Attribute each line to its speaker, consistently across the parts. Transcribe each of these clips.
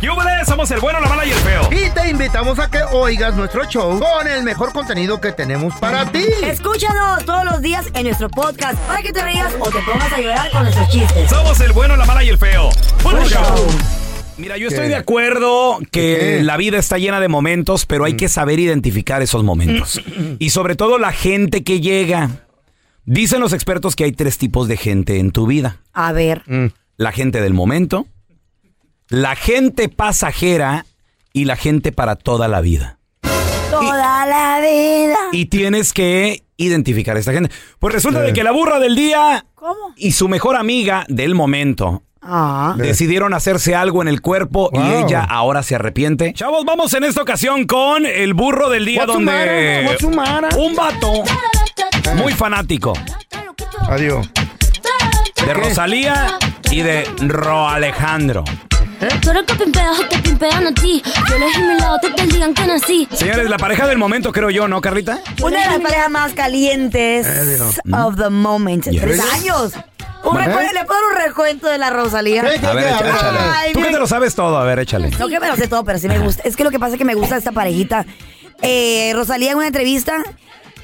Speaker 1: ¡Yúbele! Somos el bueno, la mala y el feo.
Speaker 2: Y te invitamos a que oigas nuestro show con el mejor contenido que tenemos para ti.
Speaker 3: Escúchanos todos los días en nuestro podcast para que te rías o te pongas a llorar con nuestros chistes.
Speaker 1: Somos el bueno, la mala y el feo. ¡Puro show! Mira, yo estoy de acuerdo que la vida está llena de momentos, pero hay que saber identificar esos momentos. y sobre todo la gente que llega. Dicen los expertos que hay tres tipos de gente en tu vida.
Speaker 3: A ver.
Speaker 1: La gente del momento, la gente pasajera y la gente para toda la vida.
Speaker 3: Toda la vida.
Speaker 1: Y tienes que identificar a esta gente. Pues resulta de que la burra del día
Speaker 3: ¿Cómo?
Speaker 1: y su mejor amiga del momento
Speaker 3: Ah.
Speaker 1: Decidieron hacerse algo en el cuerpo y
Speaker 2: Wow.
Speaker 1: ella ahora se arrepiente. Chavos, vamos en esta ocasión con el burro del día
Speaker 2: What's
Speaker 1: donde
Speaker 2: humana? What's humana?
Speaker 1: un vato muy fanático
Speaker 2: Adiós.
Speaker 1: de Rosalía y de Ro Alejandro.
Speaker 4: ¿Eh? Tú eres que pimpeas o te pimpean a ti. Yo elegí mi lado, te, te digan que nací.
Speaker 1: Señores, la pareja del momento creo yo, ¿no, Carlita?
Speaker 3: Una de las parejas más calientes of the moment.
Speaker 1: Yes.
Speaker 3: Tres años. Un
Speaker 2: ¿Eh?
Speaker 3: recuento- ¿Le puedo dar un recuento de la Rosalía?
Speaker 2: ¿Qué, qué,
Speaker 1: A ver,
Speaker 2: qué?
Speaker 1: echa-
Speaker 2: A ver,
Speaker 1: échale.
Speaker 3: Ay,
Speaker 1: Tú que
Speaker 3: mi-
Speaker 1: te lo sabes todo, a ver, échale.
Speaker 3: No que me lo sé todo, pero sí me gusta. Es que lo que pasa es que me gusta esta parejita. Eh, Rosalía en una entrevista,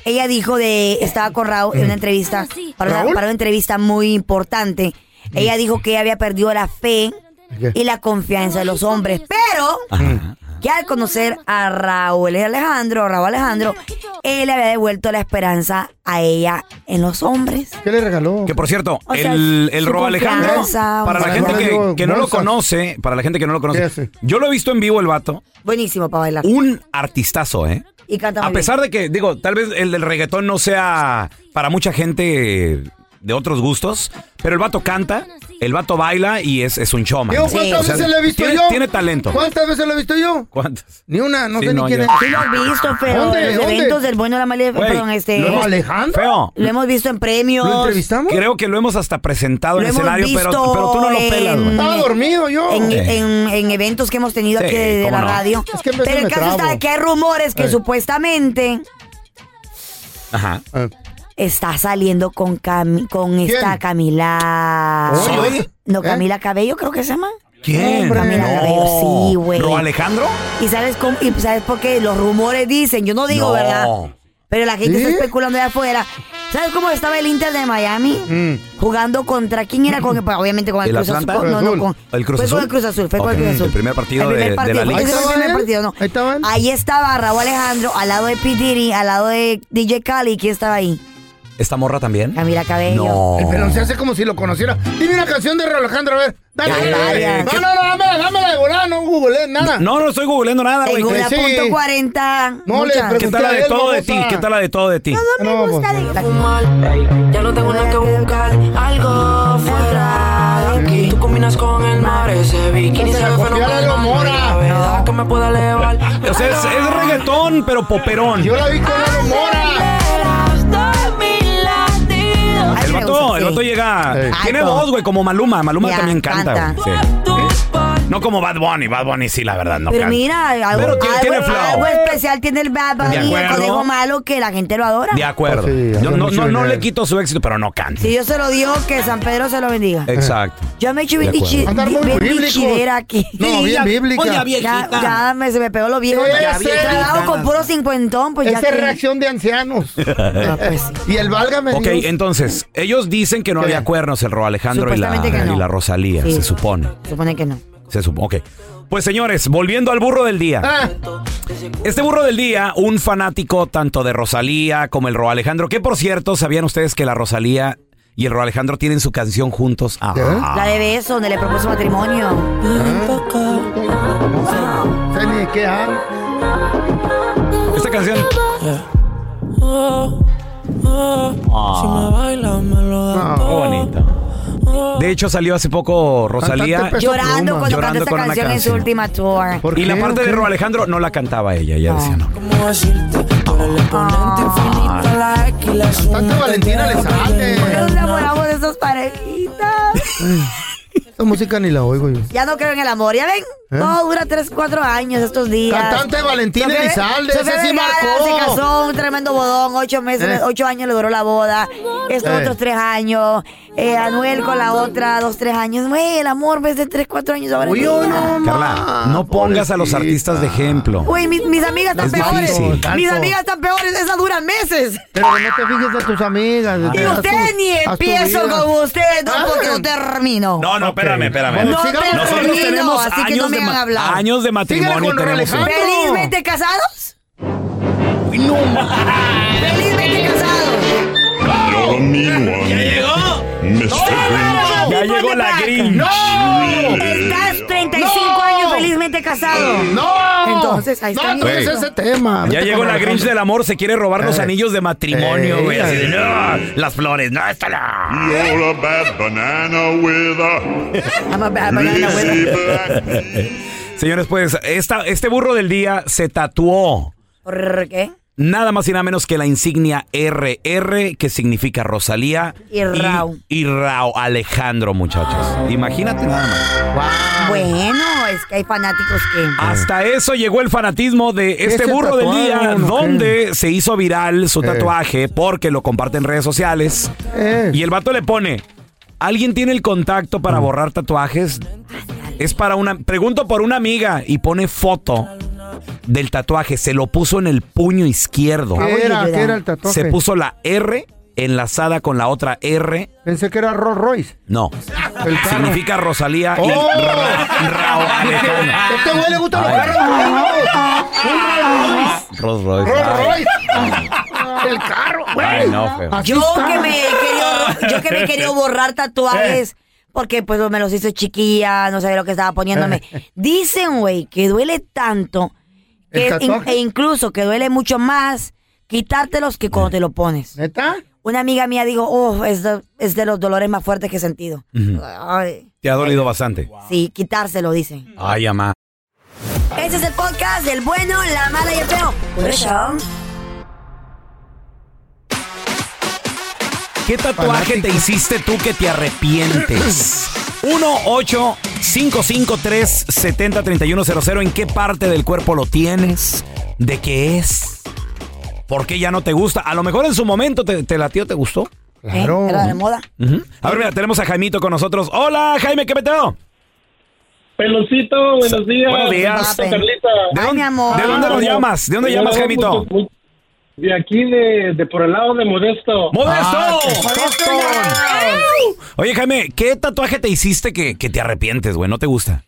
Speaker 3: ella dijo de, estaba con Raúl en una entrevista, para una,
Speaker 2: ¿Raúl?
Speaker 3: para una entrevista muy importante. Ella dijo que ella había perdido la fe
Speaker 2: ¿Qué?
Speaker 3: y la confianza de los hombres, pero
Speaker 1: Ajá.
Speaker 3: que al conocer a Raúl Alejandro, Raúl Alejandro, él le había devuelto la esperanza a ella en los hombres.
Speaker 2: ¿Qué le regaló?
Speaker 1: Que por cierto,
Speaker 3: O sea,
Speaker 1: el,
Speaker 3: su
Speaker 1: el Ro Alejandro,
Speaker 3: confianza,
Speaker 1: para la
Speaker 2: Para
Speaker 1: gente
Speaker 2: darle
Speaker 1: que,
Speaker 2: bo-
Speaker 1: que no lo
Speaker 2: bolsas.
Speaker 1: conoce, para la gente que no lo
Speaker 2: ¿Qué
Speaker 1: conoce,
Speaker 2: hace?
Speaker 1: yo lo he visto en vivo el vato,
Speaker 3: Buenísimo para bailar.
Speaker 1: un artistazo, ¿eh?
Speaker 3: Y canta muy
Speaker 1: A
Speaker 3: bien.
Speaker 1: pesar de que, digo, tal vez el del reggaetón no sea para mucha gente de otros gustos, pero el vato canta, el vato baila y es, es un showman.
Speaker 2: Digo,
Speaker 3: Sí.
Speaker 2: ¿Cuántas
Speaker 3: O sea,
Speaker 2: veces le he visto
Speaker 1: tiene-
Speaker 2: yo?
Speaker 1: tiene talento.
Speaker 2: ¿Cuántas veces le he visto yo?
Speaker 1: ¿Cuántos?
Speaker 2: Ni una, no
Speaker 1: Sí,
Speaker 2: sé
Speaker 1: no,
Speaker 2: ni quién
Speaker 1: yo-
Speaker 2: es.
Speaker 3: Sí lo has visto, pero
Speaker 2: ¿Dónde?
Speaker 3: en los
Speaker 2: ¿Dónde?
Speaker 3: eventos del bueno, la mala y el-
Speaker 1: Güey,
Speaker 3: perdón, este...
Speaker 2: ¿No, Alejandro?
Speaker 1: Feo.
Speaker 3: Lo hemos visto en premios.
Speaker 2: ¿Lo entrevistamos?
Speaker 1: Creo que lo hemos hasta presentado en
Speaker 3: Lo
Speaker 1: el
Speaker 3: hemos
Speaker 1: escenario, pero,
Speaker 3: visto
Speaker 1: pero tú no lo pelas, güey.
Speaker 3: en-
Speaker 2: Estaba dormido yo.
Speaker 3: En,
Speaker 1: Sí.
Speaker 3: en- en eventos que hemos tenido
Speaker 1: Sí,
Speaker 3: aquí de, de
Speaker 1: cómo
Speaker 3: la
Speaker 1: no.
Speaker 3: radio.
Speaker 2: Es que a veces
Speaker 3: pero el
Speaker 2: me
Speaker 3: caso está
Speaker 2: trabo.
Speaker 3: de que hay rumores que
Speaker 2: Eh.
Speaker 3: supuestamente
Speaker 1: Ajá.
Speaker 2: Ah,
Speaker 3: está saliendo con Cam- con esta
Speaker 2: ¿Quién?
Speaker 3: Camila.
Speaker 2: Oye.
Speaker 3: No,
Speaker 2: ¿Eh?
Speaker 3: Camila Cabello creo que se llama.
Speaker 1: ¿Quién?
Speaker 2: Hombre.
Speaker 3: Camila Cabello, sí, güey.
Speaker 1: ¿Ro Alejandro?
Speaker 3: ¿Y sabes, cómo- y sabes por qué? Los rumores dicen, yo no digo
Speaker 1: No.
Speaker 3: verdad, pero la gente
Speaker 2: ¿Sí?
Speaker 3: está especulando de afuera. ¿Sabes cómo estaba el Inter de Miami?
Speaker 2: Mm.
Speaker 3: Jugando contra, ¿quién era? Con, obviamente con el,
Speaker 1: ¿El
Speaker 3: Cruz
Speaker 1: Atlanta?
Speaker 3: Azul. No,
Speaker 2: Cruz
Speaker 3: no, con,
Speaker 2: Azul.
Speaker 1: ¿El Cruz
Speaker 3: fue
Speaker 1: Azul?
Speaker 3: con el Cruz Azul, fue con
Speaker 1: Ok,
Speaker 3: el Cruz Azul.
Speaker 1: el primer partido
Speaker 3: El
Speaker 1: de- de
Speaker 3: primer
Speaker 1: la
Speaker 3: partido,
Speaker 1: liga.
Speaker 3: ese fue el
Speaker 2: Ahí
Speaker 3: primer
Speaker 2: estaban,
Speaker 3: partido, no.
Speaker 2: ahí estaban.
Speaker 3: Ahí estaba Raúl Alejandro, al lado de Pitiri, al lado de DJ Cali, ¿quién estaba ahí?
Speaker 1: ¿Esta morra también?
Speaker 3: Camila Cabello.
Speaker 1: No.
Speaker 2: Pero se hace como si lo conociera. Dime una canción de Raúl Alejandro, a ver. Dale.
Speaker 3: Ya, vaya.
Speaker 2: no, no, no, dámela, dámela de volar, no googleé nada.
Speaker 1: No, no estoy googleando nada, güey.
Speaker 3: Tengo
Speaker 2: que
Speaker 3: una
Speaker 2: sí.
Speaker 3: punto 40.
Speaker 2: No le
Speaker 3: muchas.
Speaker 1: ¿Qué tal la de
Speaker 2: Él,
Speaker 1: todo de ti?
Speaker 2: babosa.
Speaker 1: ¿Qué tal la de todo de ti?
Speaker 2: No, pues,
Speaker 3: La-
Speaker 5: Ya no tengo nada que buscar, algo fuera de aquí. Tú combinas con el mar, ese bikini
Speaker 2: No se
Speaker 5: se ve
Speaker 2: la copiara
Speaker 5: fenomenal.
Speaker 2: lo mora.
Speaker 5: La verdad que me pueda elevar.
Speaker 1: O sea, es, es reggaetón, pero poperón.
Speaker 2: Yo la vi con Lalo Mora.
Speaker 3: Ay,
Speaker 1: El
Speaker 3: me
Speaker 1: vato,
Speaker 3: gusta,
Speaker 1: el
Speaker 3: sí.
Speaker 1: vato llega.
Speaker 2: Sí.
Speaker 1: Tiene
Speaker 3: Ay, no.
Speaker 1: voz, güey, como Maluma. Maluma
Speaker 3: Ya,
Speaker 1: también canta.
Speaker 3: canta.
Speaker 1: güey. Sí. No como Bad Bunny. Bad Bunny sí, la verdad, no
Speaker 3: Pero
Speaker 1: canta.
Speaker 3: mira, algo,
Speaker 1: Pero tiene- tiene
Speaker 3: algo-
Speaker 1: flow.
Speaker 3: algo especial tiene el Bad
Speaker 1: De
Speaker 3: Bunny, el
Speaker 1: acuerdo.
Speaker 3: conejo malo, que la gente lo adora.
Speaker 1: De acuerdo.
Speaker 2: Pues sí,
Speaker 1: Yo
Speaker 2: hace
Speaker 1: no,
Speaker 2: mucho
Speaker 1: no, no
Speaker 2: dinero.
Speaker 1: le quito su éxito, pero no canta.
Speaker 3: Si Dios se lo dio, que San Pedro se lo bendiga.
Speaker 1: Exacto.
Speaker 3: Yo me he hecho bien
Speaker 1: De acuerdo.
Speaker 3: dichi-
Speaker 2: Andar muy
Speaker 3: bien
Speaker 2: bíblicos.
Speaker 3: dichidera aquí.
Speaker 2: No, bien bíblica.
Speaker 3: Ya, ya me, se me pegó lo viejo.
Speaker 2: Ese-
Speaker 3: Ya he tragado con puro cincuentón, pues ya
Speaker 2: Esa es
Speaker 3: que-
Speaker 2: reacción de ancianos.
Speaker 3: Ah, pues,
Speaker 2: y el válgame
Speaker 1: Ok,
Speaker 3: eh,
Speaker 2: Dios.
Speaker 1: entonces, ellos dicen que no
Speaker 2: ¿Qué?
Speaker 1: había cuernos el Ro Alejandro y la,
Speaker 3: Supuestamente que no.
Speaker 1: y la Rosalía,
Speaker 3: Sí.
Speaker 1: se supone.
Speaker 3: Supone que no.
Speaker 1: Se supone. Ok. Pues señores, volviendo al burro del día.
Speaker 2: Ah,
Speaker 1: Este burro del día, un fanático tanto de Rosalía como el Ro Alejandro, que por cierto, ¿sabían ustedes que la Rosalía y el Ro Alejandro tienen su canción juntos? Ah.
Speaker 2: ¿Qué?
Speaker 3: La de beso, donde le propuso matrimonio.
Speaker 2: no sé Ah. ni de qué hablo.
Speaker 1: Esta canción.
Speaker 5: Ah.
Speaker 2: Ah.
Speaker 1: Qué bonito. De hecho, salió hace poco Rosalía.
Speaker 2: Cantante Beso
Speaker 3: Llorando
Speaker 2: pluma.
Speaker 3: cuando
Speaker 1: Llorando
Speaker 3: cantó
Speaker 1: con
Speaker 3: esta
Speaker 1: una
Speaker 3: canción en su
Speaker 1: canción.
Speaker 3: última tour.
Speaker 2: ¿Por
Speaker 1: Y
Speaker 2: qué?
Speaker 1: la parte
Speaker 2: ¿O
Speaker 1: de
Speaker 2: qué?
Speaker 1: Ro Alejandro no la cantaba ella, ella decía no.
Speaker 5: ¿Cómo decirte? Tú eres el exponente
Speaker 3: Ah.
Speaker 5: infinito, la X, la
Speaker 2: Tanta
Speaker 5: suma.
Speaker 2: Valentina Elizalde.
Speaker 3: Nos enamoramos de esas parejitas.
Speaker 2: Esa música ni la oigo yo.
Speaker 3: Ya no creo en el amor, ya ven.
Speaker 2: ¿Eh?
Speaker 3: Todo dura 3, 4 años estos días.
Speaker 2: Cantante Valentina
Speaker 3: Sofía-
Speaker 2: Elizalde,
Speaker 3: Sofía
Speaker 2: ese sí
Speaker 3: Vergara
Speaker 2: marcó.
Speaker 3: Se casó, un tremendo bodón, ocho meses,
Speaker 2: Eh.
Speaker 3: ocho años le duró la boda. Estos
Speaker 2: Eh.
Speaker 3: otros tres años. Eh, Anuel con la otra, dos, tres años. Güey, el amor ves de tres, cuatro años ahora.
Speaker 2: Uy,
Speaker 3: mira.
Speaker 2: yo no.
Speaker 1: Carla, No pongas a los artistas de ejemplo.
Speaker 3: Güey, mis, mis amigas están
Speaker 1: Es
Speaker 3: peores.
Speaker 1: difícil.
Speaker 3: Mis
Speaker 2: Calzo.
Speaker 3: amigas están peores, esas duran meses.
Speaker 2: Pero no te fijes a tus amigas.
Speaker 3: Ah, Y
Speaker 2: haz
Speaker 3: usted
Speaker 2: tu-
Speaker 3: ni
Speaker 2: haz tu
Speaker 3: empiezo
Speaker 2: vida.
Speaker 3: con usted, no,
Speaker 2: Ah.
Speaker 3: porque no termino.
Speaker 1: No, no, espérame, espérame.
Speaker 2: Bueno,
Speaker 3: No
Speaker 2: sigamos.
Speaker 3: te
Speaker 2: Nosotros
Speaker 3: termino,
Speaker 1: tenemos
Speaker 3: así que
Speaker 1: años
Speaker 3: no me
Speaker 1: de
Speaker 3: hagan
Speaker 1: ma-
Speaker 3: hablar.
Speaker 1: años de matrimonio
Speaker 2: con
Speaker 1: tenemos.
Speaker 2: Alejandro.
Speaker 3: ¿Felizmente casados?
Speaker 1: Uy, no, ma-
Speaker 3: ¡Felizmente casados!
Speaker 6: Yo domino a
Speaker 1: ¡Ya
Speaker 6: mi
Speaker 1: llegó!
Speaker 6: Mr. Green.
Speaker 1: Ya
Speaker 3: People
Speaker 1: llegó
Speaker 3: de
Speaker 1: la
Speaker 3: Black.
Speaker 1: Grinch.
Speaker 2: ¡Oh!
Speaker 3: Estás 35 años felizmente casado.
Speaker 2: ¡No!
Speaker 3: Entonces, ahí está
Speaker 2: No
Speaker 3: mi-
Speaker 2: toques
Speaker 3: Güey.
Speaker 2: ese tema.
Speaker 1: Ya
Speaker 2: Vete
Speaker 1: llegó
Speaker 2: con
Speaker 1: la Grinch
Speaker 2: Alejandro.
Speaker 1: del amor, se quiere robar los
Speaker 2: Eh.
Speaker 1: anillos de matrimonio,
Speaker 2: Eh.
Speaker 1: güey. Así de, no, las flores, no, esta no.
Speaker 6: You're a bad banana with a
Speaker 3: I'm a bad banana,
Speaker 6: greasy
Speaker 3: güey.
Speaker 6: black.
Speaker 1: Señores, pues esta, este burro del día se tatuó
Speaker 3: ¿Por qué?
Speaker 1: nada más y nada menos que la insignia RR, que significa Rosalía
Speaker 3: Y Rao.
Speaker 1: Y, y Rao Alejandro, muchachos. Imagínate nada más.
Speaker 3: Bueno, es que hay fanáticos que...
Speaker 1: Hasta eso llegó el fanatismo de este
Speaker 2: se
Speaker 1: burro del día,
Speaker 2: tatuaron o qué?
Speaker 1: donde se hizo viral su
Speaker 2: Eh.
Speaker 1: tatuaje porque lo comparte en redes sociales.
Speaker 2: Eh. Mm.
Speaker 1: Y el vato le pone, ¿alguien tiene el contacto para borrar tatuajes? Es para una... Pregunto por una amiga y pone foto del tatuaje. Se lo puso en el puño izquierdo.
Speaker 2: ¿Qué era?
Speaker 3: Ayuda.
Speaker 2: ¿Qué era el tatuaje?
Speaker 1: Se puso la R enlazada con la otra R.
Speaker 2: Pensé que era Rolls Royce.
Speaker 1: No.
Speaker 2: El carro.
Speaker 1: Significa Rosalía y
Speaker 2: ¡Oh!
Speaker 1: Ra- Rao Alejandro.
Speaker 2: A este güey le gustan los carros ¡Un
Speaker 1: Rolls
Speaker 2: Rolls
Speaker 1: Royce. Ay,
Speaker 2: Royce! ¡El carro,
Speaker 1: ay,
Speaker 2: güey!
Speaker 1: no, feo.
Speaker 2: Así
Speaker 3: Yo
Speaker 2: está.
Speaker 3: que, me he querido, yo que me he querido borrar tatuajes porque pues me los hice chiquilla, no sabía lo que estaba poniéndome. Dicen, güey, que duele tanto
Speaker 2: ¿El
Speaker 3: que es in-
Speaker 2: tatuaje?
Speaker 3: e incluso que duele mucho más quitártelos que cuando te lo pones.
Speaker 2: ¿Neta?
Speaker 3: Una amiga mía dijo, oh, es de, es de los dolores más fuertes que he sentido. Ay,
Speaker 1: Te ha dolido bastante.
Speaker 3: sí, quitárselo, dicen.
Speaker 1: Ay, amá.
Speaker 3: Ese es el podcast del bueno, la mala y el feo. Por eso, ¿eh?
Speaker 1: ¿Qué tatuaje
Speaker 2: Fanático.
Speaker 1: te hiciste tú que te arrepientes? 1 8 553 70 3100 ¿En qué parte del cuerpo lo tienes? ¿De qué es? ¿Por qué ya no te gusta? A lo mejor en su momento te, te latió, te gustó.
Speaker 3: ¿eh?
Speaker 2: Claro.
Speaker 3: Era de moda.
Speaker 1: Ujú. A ver, mira, tenemos a Jaimito con nosotros. Hola, Jaime, ¿qué meteo?
Speaker 7: Peloncito, buenos días.
Speaker 1: Buenos días.
Speaker 7: Pato, Carlita.
Speaker 1: ¿De
Speaker 3: Ay,
Speaker 1: dónde-
Speaker 3: mi amor.
Speaker 1: ¿De dónde nos llamas? ¿De dónde
Speaker 7: Yo
Speaker 1: llamas,
Speaker 7: me llamo
Speaker 1: Jaimito?
Speaker 7: mucho- mucho- De aquí, de, de por el lado de Modesto.
Speaker 1: ¡Modesto!
Speaker 2: Ah, qué
Speaker 1: ¡Tostón! Oye, Jaime, ¿qué tatuaje te hiciste que, que te arrepientes, güey? ¿No te gusta?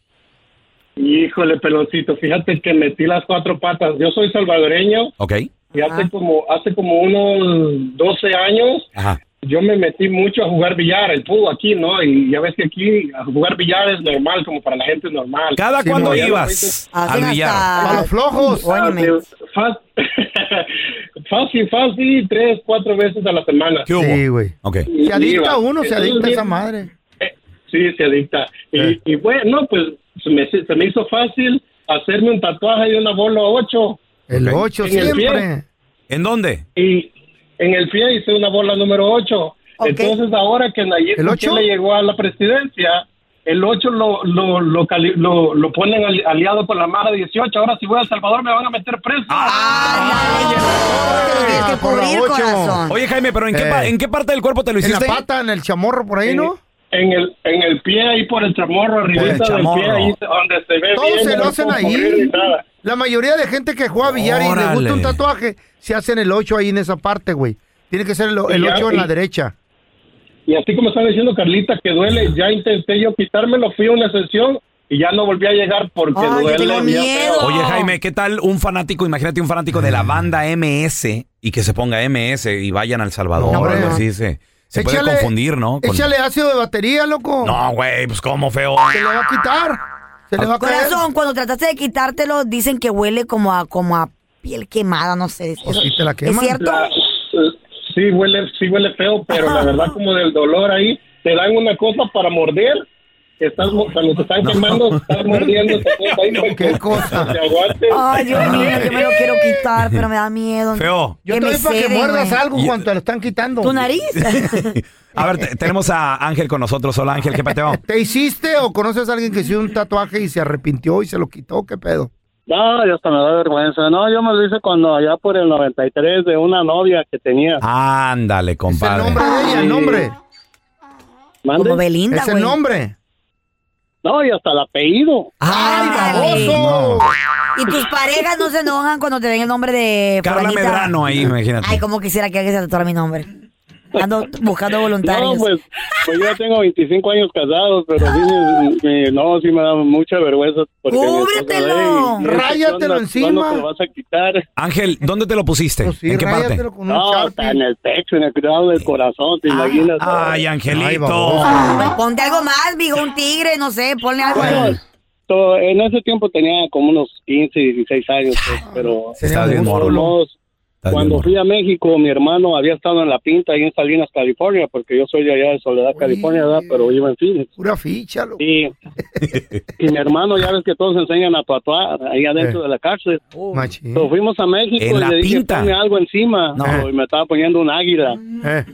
Speaker 7: Híjole, peloncito, fíjate que metí las cuatro patas. Yo soy salvadoreño
Speaker 1: ¿Ok?
Speaker 7: y hace como hace como unos 12 años
Speaker 1: Ajá.
Speaker 7: yo me metí mucho a jugar billar, el fútbol aquí, ¿no? Y ya ves que aquí a jugar billar es normal, como para la gente normal.
Speaker 1: ¿Cada
Speaker 2: Sí,
Speaker 1: cuándo
Speaker 2: no, ya
Speaker 7: lo
Speaker 1: ibas
Speaker 7: hice.
Speaker 1: al
Speaker 3: Hacen
Speaker 1: billar?
Speaker 3: hasta-
Speaker 2: Para los flojos.
Speaker 7: Ah,
Speaker 3: Óyeme.
Speaker 7: de- fácil, fácil, fácil, tres, cuatro veces a la semana.
Speaker 1: ¿Qué hubo?
Speaker 2: Sí, güey.
Speaker 1: Ok.
Speaker 2: Se adicta
Speaker 7: Iba.
Speaker 2: uno, se adicta a
Speaker 7: Entonces,
Speaker 2: esa madre.
Speaker 7: eh, Sí, se adicta. Y,
Speaker 2: Eh.
Speaker 7: y bueno, pues se me, se me hizo fácil hacerme un tatuaje de una bola 8
Speaker 2: El 8
Speaker 7: En el
Speaker 2: siempre.
Speaker 7: pie.
Speaker 1: ¿En dónde?
Speaker 7: y en el pie hice una bola número 8.
Speaker 3: Ok.
Speaker 7: Entonces ahora que Nayib
Speaker 2: ¿El
Speaker 7: Bukele
Speaker 2: ocho?
Speaker 7: llegó a la presidencia, el 8 lo, lo, lo, cali- lo, lo ponen ali- aliado con la mala 18. Ahora si voy a El Salvador me van a meter preso.
Speaker 3: Te lo tienes que
Speaker 2: Ah, por la
Speaker 3: cubrir,
Speaker 2: ocho.
Speaker 3: corazón.
Speaker 1: Oye, Jaime, pero ¿en qué,
Speaker 2: Eh.
Speaker 1: pa- ¿en qué parte del cuerpo te lo
Speaker 2: En la
Speaker 1: hiciste?
Speaker 2: pata, en el chamorro por ahí,
Speaker 7: En,
Speaker 2: ¿no?
Speaker 7: en el, en el pie, ahí por el chamorro, arribita
Speaker 1: el
Speaker 7: del
Speaker 1: chamorro.
Speaker 7: pie, ahí donde se ve
Speaker 2: Todos
Speaker 7: bien,
Speaker 2: se
Speaker 7: no
Speaker 2: lo
Speaker 7: me
Speaker 2: hacen
Speaker 7: puedo cubrir
Speaker 2: ahí.
Speaker 7: ni nada.
Speaker 2: La mayoría de gente que juega a billar y le
Speaker 1: Órale.
Speaker 2: gusta un tatuaje, se hacen el 8 ahí en esa parte, güey. Tiene que ser el
Speaker 7: Y ya,
Speaker 2: 8 en
Speaker 7: y-
Speaker 2: la derecha.
Speaker 7: Y así como está diciendo Carlita que duele, ya intenté yo quitármelo, fui a una sesión y ya no volví a llegar porque
Speaker 3: Ay, yo
Speaker 7: duele.
Speaker 3: tengo
Speaker 7: bien
Speaker 3: miedo.
Speaker 7: feo.
Speaker 1: Oye, Jaime, ¿qué tal un fanático? Imagínate un fanático de la banda MS y que se ponga MS y vayan al Salvador.
Speaker 2: No,
Speaker 1: o algo
Speaker 2: hombre.
Speaker 1: así, se, se puede confundir, ¿no? Con-
Speaker 2: Échale ácido de batería, loco.
Speaker 1: No, güey, pues cómo feo.
Speaker 2: Se le va a quitar. Se le va a caer.
Speaker 3: Corazón, cuando trataste de quitártelo, dicen que huele como a, como a piel quemada, no sé.
Speaker 2: O
Speaker 3: Eso-
Speaker 2: si Pues te la
Speaker 3: ¿Es
Speaker 2: queman.
Speaker 3: cierto?
Speaker 7: La- sí, huele, sí huele feo, pero la verdad como del dolor ahí, te dan una cosa para morder. que Estás, mo- cuando te están quemando, estás mordiendo. esa cosa ahí para
Speaker 2: qué
Speaker 7: que-
Speaker 2: cosa.
Speaker 7: Te aguante.
Speaker 3: Ay, Dios mío, yo me lo quiero quitar, pero me da miedo.
Speaker 1: Feo.
Speaker 2: Yo
Speaker 3: Que
Speaker 2: te
Speaker 3: me
Speaker 2: doy para que
Speaker 3: ceden,
Speaker 2: muerdas
Speaker 3: güey.
Speaker 2: algo cuando te lo están quitando.
Speaker 3: ¿Tu nariz?
Speaker 1: A ver, te- tenemos a Ángel con nosotros. Hola, Ángel, ¿qué pateo?
Speaker 2: ¿Te hiciste o conoces a alguien que hizo un tatuaje y se arrepintió y se lo quitó? ¿Qué pedo?
Speaker 7: No, ya hasta me da vergüenza. No, yo me lo hice cuando allá por el 93 de una novia que tenía.
Speaker 1: Ándale,
Speaker 2: Es el
Speaker 1: compadre.
Speaker 2: nombre de ella, el nombre.
Speaker 7: ¿Mande?
Speaker 3: Como Belinda,
Speaker 2: Es
Speaker 3: güey.
Speaker 2: el nombre.
Speaker 7: No, y hasta el apellido.
Speaker 2: ¡Ay,
Speaker 3: Ándale.
Speaker 2: baboso!
Speaker 3: tus parejas no se enojan cuando te ven el nombre de
Speaker 1: Carla
Speaker 3: fulanita?
Speaker 1: Medrano ahí, imagínate.
Speaker 3: Ay, cómo quisiera que alguien se tatuara mi nombre. Ando buscando
Speaker 8: No,
Speaker 3: voluntarios.
Speaker 8: pues, pues yo ya tengo 25 años casados, pero sí, me- me- no, sí me da mucha vergüenza. Porque mi esposa
Speaker 3: ¡Cúbretelo!
Speaker 8: ve y me dice,
Speaker 2: Ráyatelo
Speaker 8: "¿Cuándo-
Speaker 2: encima".
Speaker 8: ¿Cuándo te lo vas a quitar?
Speaker 1: Ángel, ¿dónde te lo pusiste?
Speaker 2: Pues sí,
Speaker 1: ¿En qué parte?
Speaker 2: ráyatelo con un
Speaker 8: No, está en
Speaker 2: Sharpie.
Speaker 8: el pecho, en el cuidado del corazón, te imaginas.
Speaker 1: Ay,
Speaker 2: Ay,
Speaker 1: Angelito.
Speaker 2: baboso.
Speaker 3: Ponte algo más, digo, un tigre, no sé, ponle algo. ahí.
Speaker 8: Bueno, to- en ese tiempo tenía como unos 15, 16 años, pues, pero
Speaker 2: Ah, Sería
Speaker 1: Está bien,
Speaker 2: un
Speaker 1: morro.
Speaker 2: solo.
Speaker 8: unos-
Speaker 1: Estás
Speaker 8: cuando
Speaker 1: bien,
Speaker 8: fui a México, mi hermano había estado en la pinta ahí en Salinas, California, porque yo soy de allá de Soledad, California, ¿verdad? pero vivo en Phoenix.
Speaker 2: Pura ficha, loco.
Speaker 8: Y, y mi hermano, ya ves que todos enseñan a tatuar ahí adentro
Speaker 2: Eh.
Speaker 8: de la cárcel.
Speaker 2: Machín.
Speaker 8: Entonces fuimos a México
Speaker 1: En
Speaker 8: y
Speaker 1: la
Speaker 8: le dije,
Speaker 1: pinta.
Speaker 8: ponme algo encima.
Speaker 1: No.
Speaker 8: Y me estaba poniendo un águila,
Speaker 2: Eh,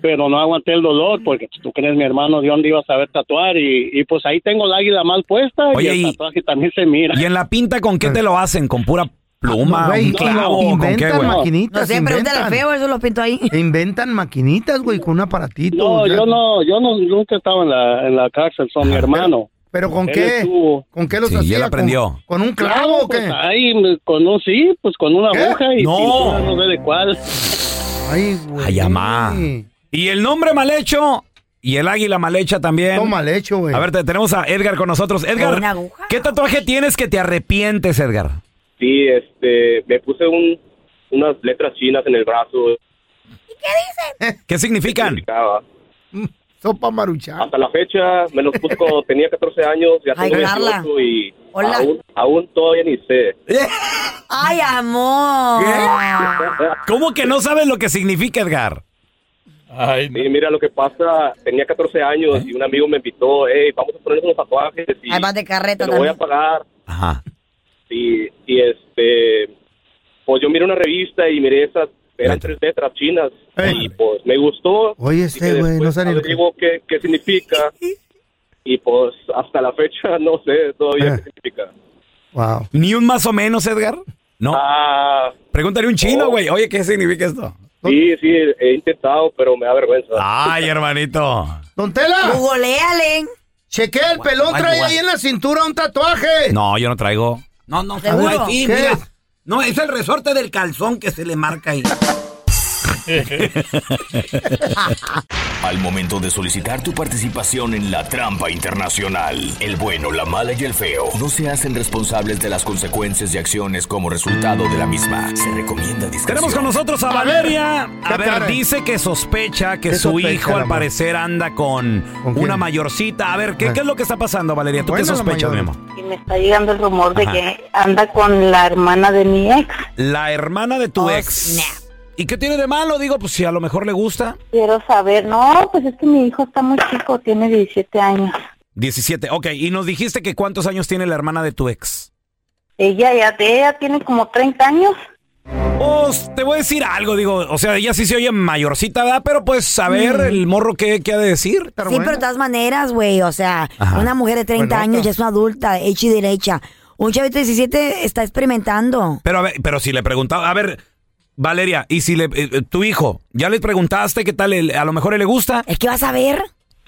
Speaker 8: pero no aguanté el dolor porque pues, tú crees, mi hermano, de dónde iba a saber tatuar. Y, y, pues ahí tengo el águila mal puesta
Speaker 1: Oye,
Speaker 8: y
Speaker 1: y-
Speaker 8: el tatuaje también se mira.
Speaker 1: ¿Y en la pinta con qué te lo hacen? ¿Con pura pluma?
Speaker 2: Eh. güey,
Speaker 1: ¿Un clavo? ¿Con qué,
Speaker 2: Inventan
Speaker 1: güey?
Speaker 2: maquinitas.
Speaker 3: No sé, pregúntale al
Speaker 2: inventan,
Speaker 3: feo, eso los pintó ahí.
Speaker 2: inventan maquinitas, güey, con un aparatito.
Speaker 8: No,
Speaker 2: o sea,
Speaker 8: yo no, yo no, nunca estaba en la, en la cárcel, son
Speaker 1: Ah,
Speaker 8: mi hermano.
Speaker 2: ¿Pero con
Speaker 8: Él
Speaker 2: qué?
Speaker 8: estuvo.
Speaker 2: ¿Con qué los
Speaker 1: Sí,
Speaker 2: hacía?
Speaker 1: y él
Speaker 2: ¿Con-
Speaker 1: aprendió.
Speaker 2: ¿Con, un clavo o
Speaker 8: pues,
Speaker 2: qué?
Speaker 8: ahí, me- con un sí, pues con una
Speaker 2: ¿Qué?
Speaker 8: aguja y
Speaker 1: No.
Speaker 8: pintura, no sé de cuál.
Speaker 2: Ay, güey.
Speaker 1: Ay, amá. Ah. Y el nombre mal hecho y el águila mal hecha también.
Speaker 2: Todo mal hecho, güey.
Speaker 1: A ver, te- tenemos a Edgar con nosotros. Edgar,
Speaker 3: una aguja.
Speaker 1: ¿qué tatuaje tienes que te arrepientes, Edgar?
Speaker 9: Sí, este, me puse un, unas letras chinas en el brazo.
Speaker 1: ¿Qué significan?
Speaker 9: significaba.
Speaker 2: Sopa maruchá.
Speaker 9: Hasta la fecha me los puse cuando tenía 14 años, ya
Speaker 3: Ay,
Speaker 9: tengo
Speaker 3: Carla.
Speaker 9: 18 y
Speaker 3: Hola.
Speaker 9: aún, aún todavía ni sé.
Speaker 1: Eh,
Speaker 3: Ay, amor.
Speaker 1: ¿Cómo que no sabes lo que significa, Edgar?
Speaker 9: Y mira lo que pasa, tenía 14 años y un amigo me invitó, hey, vamos a ponernos unos tatuajes y
Speaker 3: Ahí vas de carreta
Speaker 9: te lo voy a
Speaker 3: también.
Speaker 9: pagar.
Speaker 1: Ajá.
Speaker 9: Y, y este, pues yo miré una revista y miré esas, eran
Speaker 1: Letras.
Speaker 9: tres letras chinas
Speaker 2: Ey.
Speaker 9: y pues me gustó.
Speaker 2: Oye, este güey, no sabe ni lo que-
Speaker 9: digo qué, qué significa y pues hasta la fecha no sé todavía
Speaker 2: Ah.
Speaker 9: qué significa.
Speaker 2: Wow.
Speaker 1: ¿Ni un más o menos, Edgar? No.
Speaker 9: Ah,
Speaker 1: Pregúntale a un chino, güey. Oye, ¿qué significa esto?
Speaker 9: sí, sí, he intentado, Ah, pero me da vergüenza.
Speaker 1: Ay, hermanito.
Speaker 2: Don Tela,
Speaker 3: Googleale.
Speaker 2: chequea el pelón,
Speaker 1: Ay,
Speaker 2: trae
Speaker 1: guau.
Speaker 2: ahí en la cintura un tatuaje.
Speaker 1: No, yo no traigo. No, no,
Speaker 3: ¿Seguro? no hay
Speaker 2: fin, ¿Qué? mira.
Speaker 1: No, es el resorte del calzón que se le marca ahí.
Speaker 10: Al momento de solicitar tu participación en la trampa internacional, el bueno, la mala y el feo no se hacen responsables de las consecuencias y acciones como resultado de la misma. Se recomienda discreción.
Speaker 1: Tenemos con nosotros a Valeria. A
Speaker 2: ¿Qué
Speaker 1: ver,
Speaker 2: cara?
Speaker 1: dice que sospecha que
Speaker 2: ¿Qué
Speaker 1: su
Speaker 2: sospecha,
Speaker 1: hijo al
Speaker 2: amor?
Speaker 1: parecer anda con
Speaker 2: ¿Con quién?
Speaker 1: una mayorcita. A ver, ¿qué,
Speaker 2: Ah.
Speaker 1: qué es lo que está pasando, Valeria? ¿Tú qué
Speaker 2: Buena la
Speaker 1: sospechas, mi
Speaker 2: mayor.
Speaker 1: amor?
Speaker 11: Y me está llegando el rumor de
Speaker 1: Ajá.
Speaker 11: que anda con la hermana de mi ex.
Speaker 1: La hermana de tu
Speaker 3: Oh,
Speaker 1: ex.
Speaker 3: snap.
Speaker 1: ¿Y qué tiene de malo? Digo, pues si a lo mejor le gusta.
Speaker 11: Quiero saber, no, pues es que mi hijo está muy chico, tiene 17 años.
Speaker 1: 17. Ok, y nos dijiste que cuántos años tiene la hermana de tu ex.
Speaker 11: Ella ya ella tiene como 30 años.
Speaker 1: Pues te voy a decir algo, digo, o sea, ella sí se oye mayorcita, ¿verdad? Pero pues a ver el morro qué, qué ha de decir.
Speaker 2: Mm. Pero
Speaker 3: Sí,
Speaker 2: bueno.
Speaker 3: pero de todas maneras, güey, o sea,
Speaker 1: Ajá.
Speaker 3: una mujer de 30
Speaker 2: Buenota.
Speaker 3: años ya es una adulta, hecha y derecha. Un chavito de 17 está experimentando.
Speaker 1: Pero a ver, pero si le preguntaba, a ver, Valeria, y si le, eh, eh, tu hijo, ya le preguntaste qué tal, el- a lo mejor le gusta.
Speaker 3: Es que vas a ver.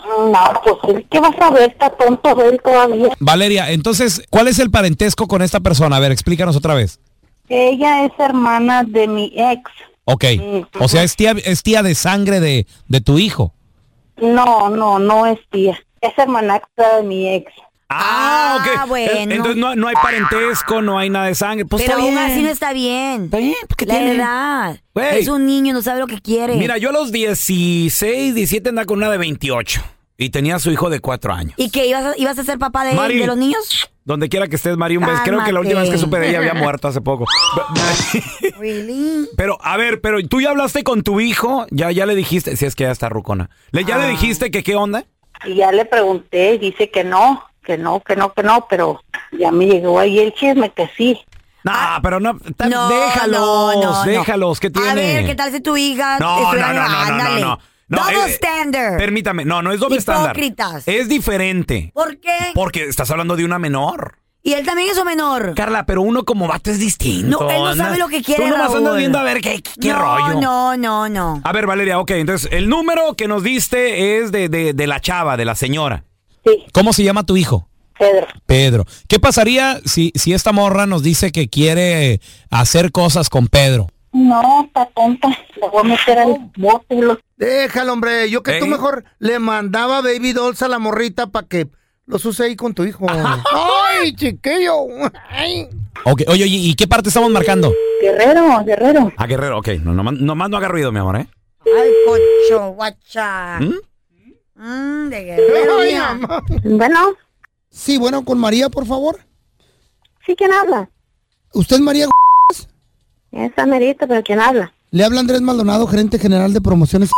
Speaker 11: No, pues él, ¿qué vas a ver? Está tonto él todavía.
Speaker 1: Valeria, entonces, ¿cuál es el parentesco con esta persona? A ver, explícanos otra vez.
Speaker 11: Ella es hermana de mi ex.
Speaker 1: Ok, o sea, es tía, es tía de sangre de, de tu hijo.
Speaker 11: No, no, no es tía. Es hermana de mi ex.
Speaker 1: Ah, ok.
Speaker 3: Ah,
Speaker 1: Eh,
Speaker 3: bueno.
Speaker 1: Entonces no, no hay parentesco, no hay nada de sangre. Pues
Speaker 3: pero
Speaker 1: está
Speaker 3: aún
Speaker 1: bien.
Speaker 3: así no está bien. Está
Speaker 1: bien, pues, ¿qué
Speaker 3: La
Speaker 1: tiene?
Speaker 3: edad.
Speaker 1: Güey.
Speaker 3: Es un niño, no sabe lo que quiere.
Speaker 1: Mira, yo a los 16, 17 andaba con una de 28 y tenía a su hijo de 4 años.
Speaker 3: ¿Y que ibas a, ibas a ser papá de,
Speaker 1: Mari.
Speaker 3: de los niños?
Speaker 1: Donde quiera que estés, Mario, un beso. Creo que la
Speaker 3: Cálmate.
Speaker 1: última vez que supe de ella había muerto hace poco.
Speaker 3: Really?
Speaker 1: Pero, a ver, pero tú ya hablaste con tu hijo, ya, ya le dijiste, si es que ya está rucona. ¿Le, ¿Ya
Speaker 3: Ah.
Speaker 1: le dijiste que qué onda?
Speaker 11: Y ya le pregunté y dice que no, que no, que no, que no, pero ya me llegó ahí el chisme que sí.
Speaker 1: No, pero no, ta-
Speaker 3: No,
Speaker 1: déjalos,
Speaker 3: no, no, no.
Speaker 1: déjalos, ¿qué tiene?
Speaker 3: A ver, ¿qué tal si tu hija
Speaker 1: No, no,
Speaker 3: estuviera-
Speaker 1: no, no, no, no,
Speaker 3: Ándale.
Speaker 1: no. No,
Speaker 3: Double
Speaker 1: eh,
Speaker 3: standard.
Speaker 1: Permítame, no, no es doble estándar.
Speaker 3: Hipócritas.
Speaker 1: Es diferente.
Speaker 3: ¿Por qué?
Speaker 1: Porque estás hablando de una menor.
Speaker 3: Y él también es un menor.
Speaker 1: Carla, pero uno como vato es distinto.
Speaker 3: No, él no
Speaker 1: Anda-
Speaker 3: sabe lo que quiere,
Speaker 1: Tú nomás andas
Speaker 3: Raúl.
Speaker 1: viendo a ver qué, qué
Speaker 3: no,
Speaker 1: rollo.
Speaker 3: No, no, no.
Speaker 1: A ver, Valeria, ok, entonces el número que nos diste es de, de- de la chava, de la señora.
Speaker 11: Sí,
Speaker 10: ¿Cómo se llama tu hijo?
Speaker 11: Pedro.
Speaker 12: Pedro. ¿Qué pasaría si, si esta morra nos dice que quiere hacer cosas con Pedro?
Speaker 11: No, está tonta. Le voy a meter al bote. Los...
Speaker 13: Déjalo, hombre. Yo que tú mejor le mandaba baby dolls a la morrita para que los use ahí con tu hijo. ¡Ay, chiquillo! Ay.
Speaker 12: Ok, Oye, oye, ¿y qué parte estamos marcando?
Speaker 11: Guerrero, guerrero.
Speaker 1: Ah, Guerrero, ok. No, nomás, nomás no haga ruido, mi amor, ¿eh?
Speaker 3: Ay, cocho, guacha.
Speaker 1: ¿Mm?
Speaker 3: Mm, de guerrero, mira.
Speaker 11: Bueno.
Speaker 2: Sí, bueno, con María, por favor.
Speaker 11: Sí, ¿quién habla?
Speaker 2: ¿Usted es María?
Speaker 11: Esa merita, pero ¿quién habla?
Speaker 2: Le habla Andrés Maldonado, gerente general de promociones.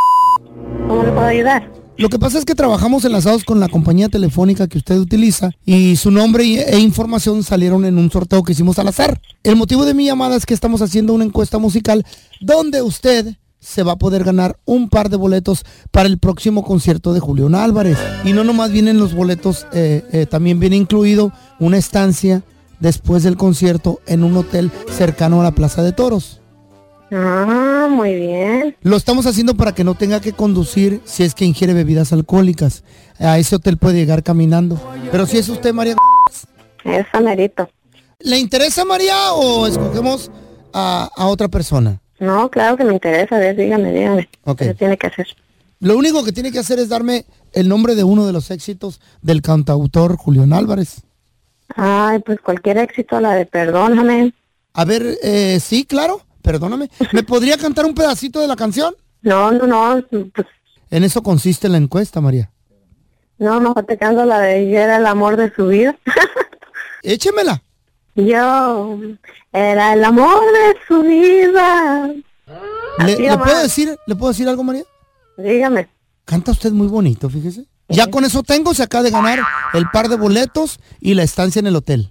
Speaker 11: ¿Cómo le puedo ayudar?
Speaker 2: Lo que pasa es que trabajamos enlazados con la compañía telefónica que usted utiliza y su nombre y- e información salieron en un sorteo que hicimos al azar. El motivo de mi llamada es que estamos haciendo una encuesta musical donde usted se va a poder ganar un par de boletos para el próximo concierto de Julián Álvarez. Y no nomás vienen los boletos, eh, eh, también viene incluido una estancia después del concierto en un hotel cercano a la Plaza de Toros.
Speaker 11: Ah, muy bien.
Speaker 2: Lo estamos haciendo para que no tenga que conducir si es que ingiere bebidas alcohólicas. A ese hotel puede llegar caminando. Pero si es usted, María.
Speaker 11: Es Amerito.
Speaker 2: ¿Le interesa María o escogemos a, a otra persona?
Speaker 11: No, claro que me interesa. A ver, dígame, dígame.
Speaker 2: Ok.
Speaker 11: ¿Qué tiene que hacer?
Speaker 2: Lo único que tiene que hacer es darme el nombre de uno de los éxitos del cantautor Julián Álvarez.
Speaker 11: Ay, pues cualquier éxito, la de perdóname.
Speaker 2: A ver, eh, sí, claro, perdóname. ¿Me podría cantar un pedacito de la canción?
Speaker 11: No, no, no. pues,
Speaker 2: En eso consiste la encuesta, María.
Speaker 11: no, mejor te canto la de Yo era el amor de su vida.
Speaker 2: Échemela.
Speaker 11: Yo era el amor de su vida.
Speaker 2: ¿Le,
Speaker 11: Así
Speaker 2: le
Speaker 11: nomás.
Speaker 2: puedo decir, ¿Le puedo decir algo, María?
Speaker 11: Dígame.
Speaker 2: Canta usted muy bonito, fíjese. Ya con eso tengo, se acaba de ganar el par de boletos y la estancia en el hotel.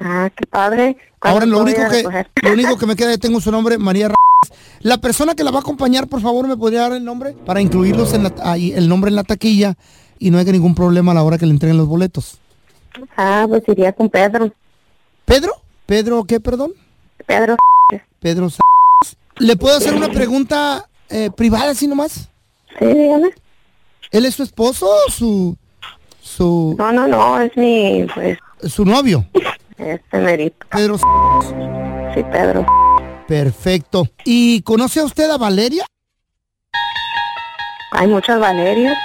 Speaker 11: Ah, qué padre.
Speaker 2: Ahora lo
Speaker 11: lo voy
Speaker 2: único
Speaker 11: a
Speaker 2: que
Speaker 11: recoger?
Speaker 2: lo único que me queda, ya tengo su nombre, María R- La persona que la va a acompañar, por favor, me podría dar el nombre para incluirlos en la, ahí, el nombre en la taquilla y no haya ningún problema a la hora que le entreguen los boletos.
Speaker 11: Ah, pues iría con Pedro.
Speaker 2: ¿Pedro? ¿Pedro qué, perdón?
Speaker 11: Pedro.
Speaker 2: Pedro. S- ¿Le puedo hacer una pregunta eh, privada así nomás?
Speaker 11: Sí, dígame.
Speaker 2: ¿Él es su esposo o su, su...
Speaker 11: No, no, no, es mi, pues...
Speaker 2: ¿Su novio?
Speaker 11: Este merito.
Speaker 2: Pedro. S-
Speaker 11: Sí, Pedro.
Speaker 2: Perfecto. ¿Y conoce a usted a Valeria?
Speaker 11: Hay muchas Valerias.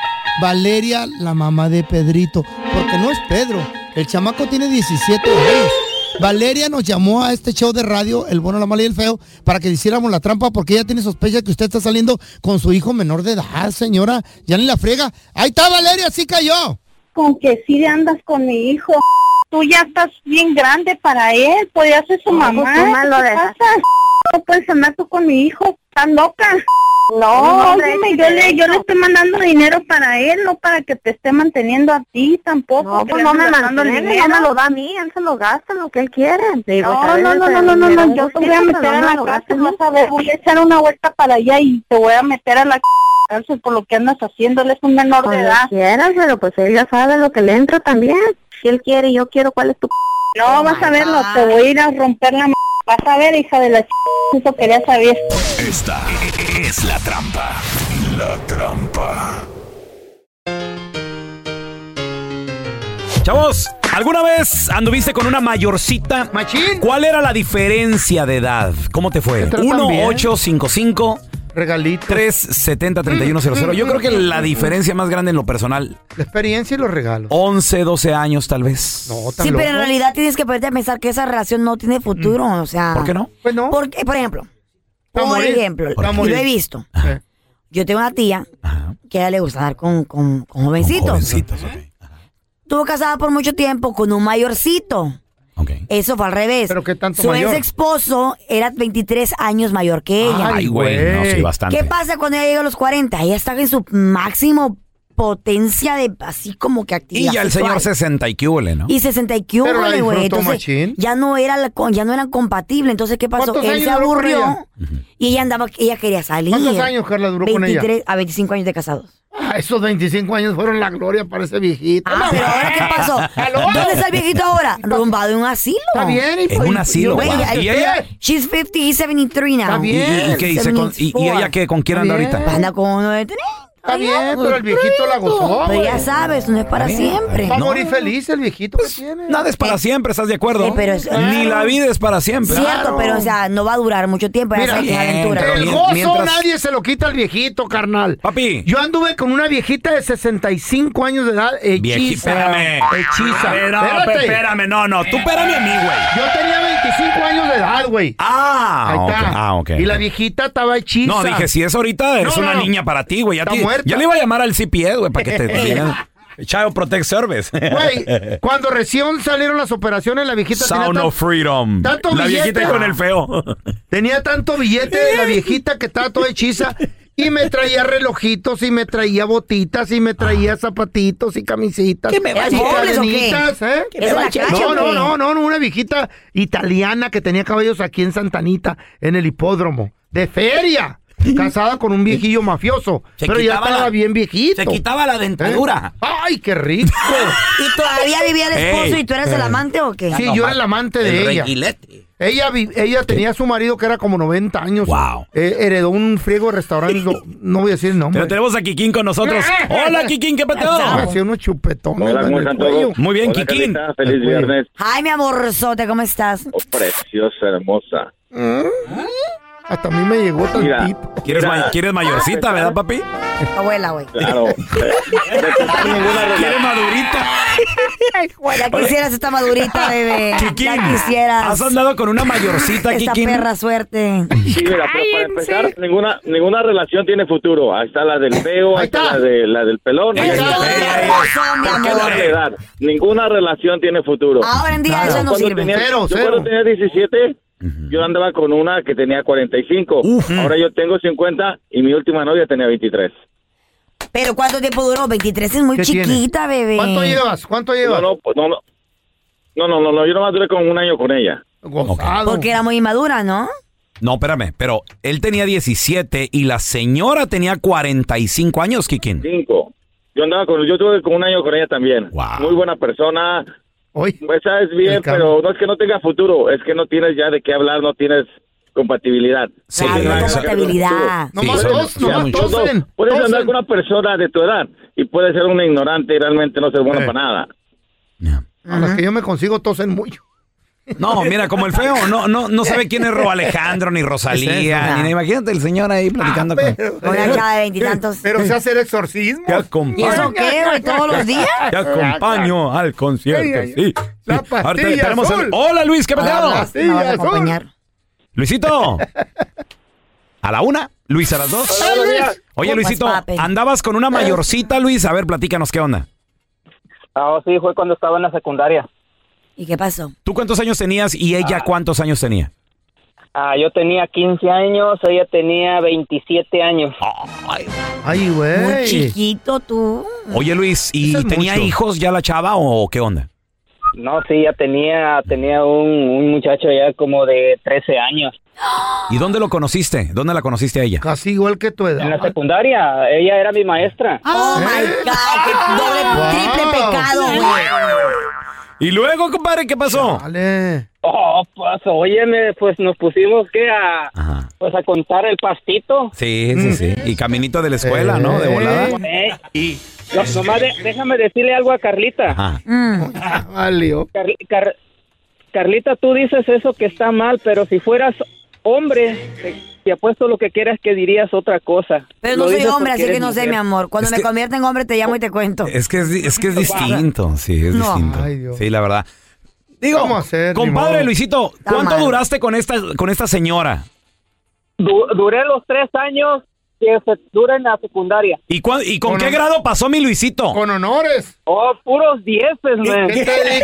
Speaker 2: Valeria, la mamá de Pedrito, porque no es Pedro. El chamaco tiene 17 años. Valeria nos llamó a este show de radio, El Bueno, la Mala y el Feo, para que le hiciéramos la trampa, porque ella tiene sospecha que usted está saliendo con su hijo menor de edad, señora. Ya ni la frega. Ahí está Valeria, sí cayó.
Speaker 11: Con que sí andas con mi hijo. Tú ya estás bien grande para él. Podías ser su mamá.
Speaker 14: tú más lo
Speaker 11: ¿Qué te
Speaker 14: dejas.
Speaker 11: pasa? No puedes andar tú con mi hijo. Estás loca.
Speaker 14: No,
Speaker 11: No,
Speaker 14: hombre,
Speaker 11: óyeme,
Speaker 14: ¿qué
Speaker 11: yo,
Speaker 14: te
Speaker 11: le, yo le estoy mandando dinero para él, no para que te esté manteniendo a ti tampoco.
Speaker 14: No,
Speaker 11: que
Speaker 14: pues
Speaker 11: le
Speaker 14: no
Speaker 11: andes
Speaker 14: me
Speaker 11: gastando el
Speaker 14: mantiene, no
Speaker 11: dinero.
Speaker 14: me lo da a mí, él se lo gasta en lo que él quiere. Digo,
Speaker 11: No,
Speaker 14: tal vez
Speaker 11: no, no,
Speaker 14: el
Speaker 11: no, no, no,
Speaker 14: dinero
Speaker 11: no,
Speaker 14: es
Speaker 11: yo te voy a
Speaker 14: poquito,
Speaker 11: meter
Speaker 14: pero
Speaker 11: a
Speaker 14: no me
Speaker 11: la
Speaker 14: lo
Speaker 11: cárcel,
Speaker 14: gasta.
Speaker 11: vas a ver, voy a echar una vuelta para allá y te voy a meter a la cárcel por lo que andas haciendo, él es un menor de
Speaker 14: Cuando
Speaker 11: edad.
Speaker 14: quieras, pero pues él ya sabe lo que le entra también. Si él quiere, yo quiero, ¿cuál es tu
Speaker 11: No, vas a verlo, te voy a ir a romper la m- vas a ver, hija de la ch... eso quería saber.
Speaker 15: Esta es la trampa. La trampa.
Speaker 1: Chavos, ¿alguna vez anduviste con una mayorcita?
Speaker 13: Machín.
Speaker 1: ¿Cuál era la diferencia de edad? ¿Cómo te fue?
Speaker 13: Te tratan bien.
Speaker 1: 1-855.
Speaker 13: Regalito. Mm,
Speaker 1: 370-3100. Yo creo que la diferencia más grande en lo personal.
Speaker 13: La experiencia y los regalos.
Speaker 1: 11, 12 años tal vez. No,
Speaker 3: Sí, pero en realidad tienes que ponerte a pensar que esa relación no tiene futuro, o sea...
Speaker 1: Mm. ¿Por qué no?
Speaker 13: Pues no.
Speaker 3: Porque, por ejemplo,
Speaker 13: Va a
Speaker 3: por
Speaker 13: morir,
Speaker 3: ejemplo,
Speaker 13: va a
Speaker 3: y
Speaker 13: morir.
Speaker 3: lo he visto.
Speaker 2: Eh.
Speaker 1: Ah.
Speaker 3: Yo tengo una tía que a ella le gusta dar con, con, con jovencitos. Estuvo casada por mucho tiempo con un mayorcito. Eso fue al revés. Pero qué tanto Su
Speaker 1: mayor?
Speaker 3: ex esposo era 23 años mayor que ella.
Speaker 1: Ay, güey, no, sí, bastante.
Speaker 3: ¿Qué pasa cuando ella llega a los 40? Ella está en su máximo potencia de así como que
Speaker 1: Y
Speaker 3: actividad.
Speaker 1: ya el señor
Speaker 3: sexual.
Speaker 1: 60 y cúbele, ¿no?
Speaker 3: Y 60 y qué
Speaker 1: Pero
Speaker 3: hubo,
Speaker 1: la
Speaker 3: güey.
Speaker 1: disfrutó
Speaker 3: Entonces,
Speaker 1: machín.
Speaker 3: ya no era la- con- ya no eran compatibles. Entonces, ¿qué pasó?
Speaker 13: ¿Cuántos
Speaker 3: Él
Speaker 13: años
Speaker 3: se
Speaker 13: duró con
Speaker 3: aburrió
Speaker 13: ella?
Speaker 3: y ella andaba, ella quería salir.
Speaker 13: ¿Cuántos años, Carla, duró con ella?
Speaker 3: 23 a 25 años de casados.
Speaker 13: Ah, esos 25 años fueron la gloria para ese viejito.
Speaker 3: Ah, pero ahora qué pasó? ¿Dónde está el viejito ahora? Rumbado en un asilo.
Speaker 13: Está bien, y En pues, un asilo,
Speaker 3: Güey,
Speaker 13: wow.
Speaker 3: ya-
Speaker 1: ¿Y ella?
Speaker 3: She's 50, he's 73 now.
Speaker 1: ¿Y, y- y qué dice? Con- y, y ella qué, con quién anda ahorita?
Speaker 3: Anda con uno de 30.
Speaker 2: Está bien, pero el viejito la gozó.
Speaker 3: Pero ya
Speaker 2: güey.
Speaker 3: sabes, no es para
Speaker 2: Está bien.
Speaker 3: siempre.
Speaker 2: Va a
Speaker 3: No. Pues,
Speaker 2: morir feliz el viejito que tiene.
Speaker 1: Nada es para siempre, ¿estás de acuerdo?
Speaker 3: Eh, pero es-
Speaker 1: Ni la vida es para siempre.
Speaker 3: Cierto, pero o sea, no va a durar mucho tiempo.
Speaker 2: Mira, eh,
Speaker 3: Mira, aventura.
Speaker 2: el gozo nadie se lo quita al viejito, carnal.
Speaker 1: Papi.
Speaker 2: Yo anduve con una viejita de 65 años de edad, hechiza.
Speaker 1: Vieji- espérame.
Speaker 2: Hechiza.
Speaker 1: A ver, no, pe- espérame, no, no, tú espérame a mí, güey.
Speaker 2: Yo tenía 25 años de edad, güey.
Speaker 1: Ah,
Speaker 2: Ahí está.
Speaker 1: ok, ah, ok,
Speaker 2: Y la
Speaker 1: ok.
Speaker 2: viejita estaba hechiza.
Speaker 1: No, dije, si es ahorita, es
Speaker 2: No,
Speaker 1: una
Speaker 2: no, no.
Speaker 1: niña para ti, güey. Ya,
Speaker 2: Está
Speaker 1: te-
Speaker 2: muerta.
Speaker 1: ya le iba a llamar al CPS, güey, para que te digan. Child Protect Service.
Speaker 2: Güey, cuando recién salieron las operaciones, la viejita
Speaker 1: Sound
Speaker 2: tenía tan-
Speaker 1: of Freedom.
Speaker 2: tanto
Speaker 1: la viejita
Speaker 2: billete.
Speaker 1: con el feo.
Speaker 2: Tenía tanto billete de la viejita que estaba toda hechiza. Y me traía relojitos, y me traía botitas, y me traía zapatitos, y camisitas.
Speaker 3: ¿Qué me va a
Speaker 2: y
Speaker 3: echar?
Speaker 2: cadenitas,
Speaker 3: ¿Qué?
Speaker 2: ¿eh?
Speaker 3: ¿Que me ¿Es va a la echar? calle
Speaker 2: No,
Speaker 3: o
Speaker 2: no,
Speaker 3: qué?
Speaker 2: no, no, no, una viejita italiana que tenía caballos aquí en Santanita, en el hipódromo, de feria. Casada con un viejillo mafioso.
Speaker 1: Se
Speaker 2: pero ya
Speaker 1: quitaba
Speaker 2: estaba
Speaker 1: la-
Speaker 2: bien viejito.
Speaker 1: se quitaba la dentadura.
Speaker 2: ¿Eh? ¡Ay, qué rico!
Speaker 3: ¿Y todavía vivía el esposo
Speaker 2: Ey.
Speaker 3: y tú eras el
Speaker 2: Eh.
Speaker 3: amante o qué?
Speaker 2: Sí, yo era el amante de
Speaker 1: Ah, El
Speaker 2: ella.
Speaker 1: reguilete.
Speaker 2: Ella, vi- ella tenía a su marido que era como 90 años. Wow. heredó un friego de restaurantes. no, no voy a decir el nombre.
Speaker 1: Pero tenemos a Kikín con nosotros. Hola, Kikín, ¿qué
Speaker 2: pasó?
Speaker 1: peteo?
Speaker 2: Hacía unos chupetones.
Speaker 16: Hola, ¿cómo
Speaker 2: en el
Speaker 16: están todos?
Speaker 2: cuello.
Speaker 1: Muy bien,
Speaker 16: Hola,
Speaker 1: Kikín.
Speaker 16: Carlita, feliz viernes.
Speaker 3: Ay, mi amorzote, ¿cómo estás?
Speaker 16: Preciosa, hermosa.
Speaker 2: Hasta a mí me llegó tantito.
Speaker 1: ¿Quieres, ma- quieres mayorcita,
Speaker 16: Ah,
Speaker 1: verdad, papi?
Speaker 3: Abuela, güey.
Speaker 16: Claro.
Speaker 1: ¿Quieres madurita?
Speaker 3: Ya quisieras esta madurita, bebé. Ya quisieras.
Speaker 1: ¿Has andado con una mayorcita,
Speaker 3: Esta
Speaker 1: Kikín?
Speaker 3: perra suerte.
Speaker 16: Sí, mira, pero para empezar, ninguna, ninguna relación tiene futuro. Ahí está la del feo, ahí está la, de, la del pelón. Ahí está la de- ¿Por qué no le dan? Ninguna relación tiene futuro.
Speaker 3: Ahora en día
Speaker 16: Yo
Speaker 3: eso no
Speaker 16: cuando
Speaker 3: sirve.
Speaker 16: tenía-
Speaker 3: Cero,
Speaker 16: yo
Speaker 3: cero.
Speaker 16: cuando tenía 17, yo andaba con una que tenía 45. Ahora yo tengo 50 y mi última novia tenía 23.
Speaker 3: Pero ¿cuánto tiempo duró? 23 es muy
Speaker 16: ¿Qué tiene?
Speaker 3: chiquita, bebé.
Speaker 1: Eh,
Speaker 2: ¿Cuánto llevas? ¿Cuánto
Speaker 16: No,
Speaker 2: llevas?
Speaker 16: no, pues, no, no. No, no, no, no, yo nomás duré con un año con ella.
Speaker 3: Porque era muy inmadura, ¿no?
Speaker 1: No, espérame, pero él tenía 17 y la señora tenía 45 años, Kikín.
Speaker 16: Cinco. Yo andaba con, yo tuve con un año con ella también. Muy buena persona. Pues sabes bien, pero no es que no tenga futuro, es que no tienes ya de qué hablar, no tienes compatibilidad.
Speaker 3: Sí, Claro, no hay exacto. compatibilidad.
Speaker 16: Sí,
Speaker 2: Nomás
Speaker 16: son-
Speaker 2: dos,
Speaker 16: son
Speaker 2: nomás
Speaker 16: muchos.
Speaker 2: tosen,
Speaker 16: No, Puedes
Speaker 2: tosen.
Speaker 16: andar con una persona de tu edad y puedes ser una ignorante y realmente no ser bueno
Speaker 1: Eh.
Speaker 16: para nada.
Speaker 2: A las que yo me consigo tosen mucho.
Speaker 1: No, Oh, mira, como el feo, no, no, no sabe quién es Ro Alejandro, ni
Speaker 2: Es Ah,
Speaker 1: Rosalía,
Speaker 2: eso,
Speaker 1: ni- imagínate el señor ahí platicando con...
Speaker 3: Una chava de veintitantos.
Speaker 2: Pero se hace el exorcismo.
Speaker 1: Te acompaño.
Speaker 3: ¿Y eso qué, güey? ¿Todos los días?
Speaker 1: Te acompaño al concierto,
Speaker 3: Ay, ay,
Speaker 1: sí.
Speaker 2: La
Speaker 1: Ahora te-
Speaker 2: pastilla
Speaker 1: tenemos el-
Speaker 2: azul.
Speaker 1: Hola, Luis, ¿qué
Speaker 3: Ahora
Speaker 1: peteo?
Speaker 3: hablas, me vas a acompañar.
Speaker 1: Luisito. A la una, Luis a las dos. Oye, Luisito, andabas con una mayorcita, Luis. A ver, platícanos qué onda.
Speaker 17: Ah, sí, fue cuando estaba en la secundaria.
Speaker 3: ¿Y qué pasó?
Speaker 1: ¿Tú cuántos años tenías y ella cuántos años tenía?
Speaker 17: Ah, yo tenía 15 años, ella tenía 27 años.
Speaker 2: Ay,
Speaker 3: Muy
Speaker 1: güey.
Speaker 3: chiquito tú.
Speaker 1: Oye, Luis, ¿y
Speaker 17: Eso es
Speaker 1: tenía
Speaker 17: mucho.
Speaker 1: hijos ya la chava o qué onda?
Speaker 17: No, sí, ya tenía, tenía un, un muchacho ya como de 13 años.
Speaker 1: ¿Y dónde lo conociste? ¿Dónde la conociste a ella?
Speaker 2: Casi igual que tu edad. ¿Eh?
Speaker 17: En la secundaria, ella era mi maestra.
Speaker 3: Oh my God, qué doble, triple pecado, güey.
Speaker 1: ¿Y luego, compadre, qué pasó?
Speaker 17: Oh, pues, óyeme, pues nos pusimos que a, pues a contar el pastito.
Speaker 1: Sí, sí, sí. Y caminito de la escuela, ¿no? De volada.
Speaker 17: Eh, no, nomás de- déjame decirle algo a Carlita.
Speaker 1: Ajá.
Speaker 17: Carl- Car- Carlita, tú dices eso que está mal, pero si fueras hombre, te, te apuesto lo que quieras que dirías otra cosa.
Speaker 3: Pero
Speaker 17: Lo
Speaker 3: no soy
Speaker 17: dices
Speaker 3: hombre, así
Speaker 17: porque
Speaker 3: que
Speaker 17: eres
Speaker 3: no sé,
Speaker 17: mujer.
Speaker 3: mi amor. Cuando me convierta en hombre, te llamo y te cuento.
Speaker 1: Es que es, di- es que es distinto, sí, es
Speaker 3: No.
Speaker 1: distinto.
Speaker 3: Ay, Dios.
Speaker 1: Sí, la verdad. Digo, compadre
Speaker 17: modo.
Speaker 1: Luisito,
Speaker 17: Está
Speaker 1: ¿cuánto
Speaker 17: mal.
Speaker 1: duraste con esta con esta señora?
Speaker 17: Du- duré los tres años que se dura en la secundaria.
Speaker 1: ¿Y, cuán- y con, qué grado pasó mi Luisito?
Speaker 2: Con honores.
Speaker 17: Oh, puros dieces, man.
Speaker 2: ¿Qué te dije?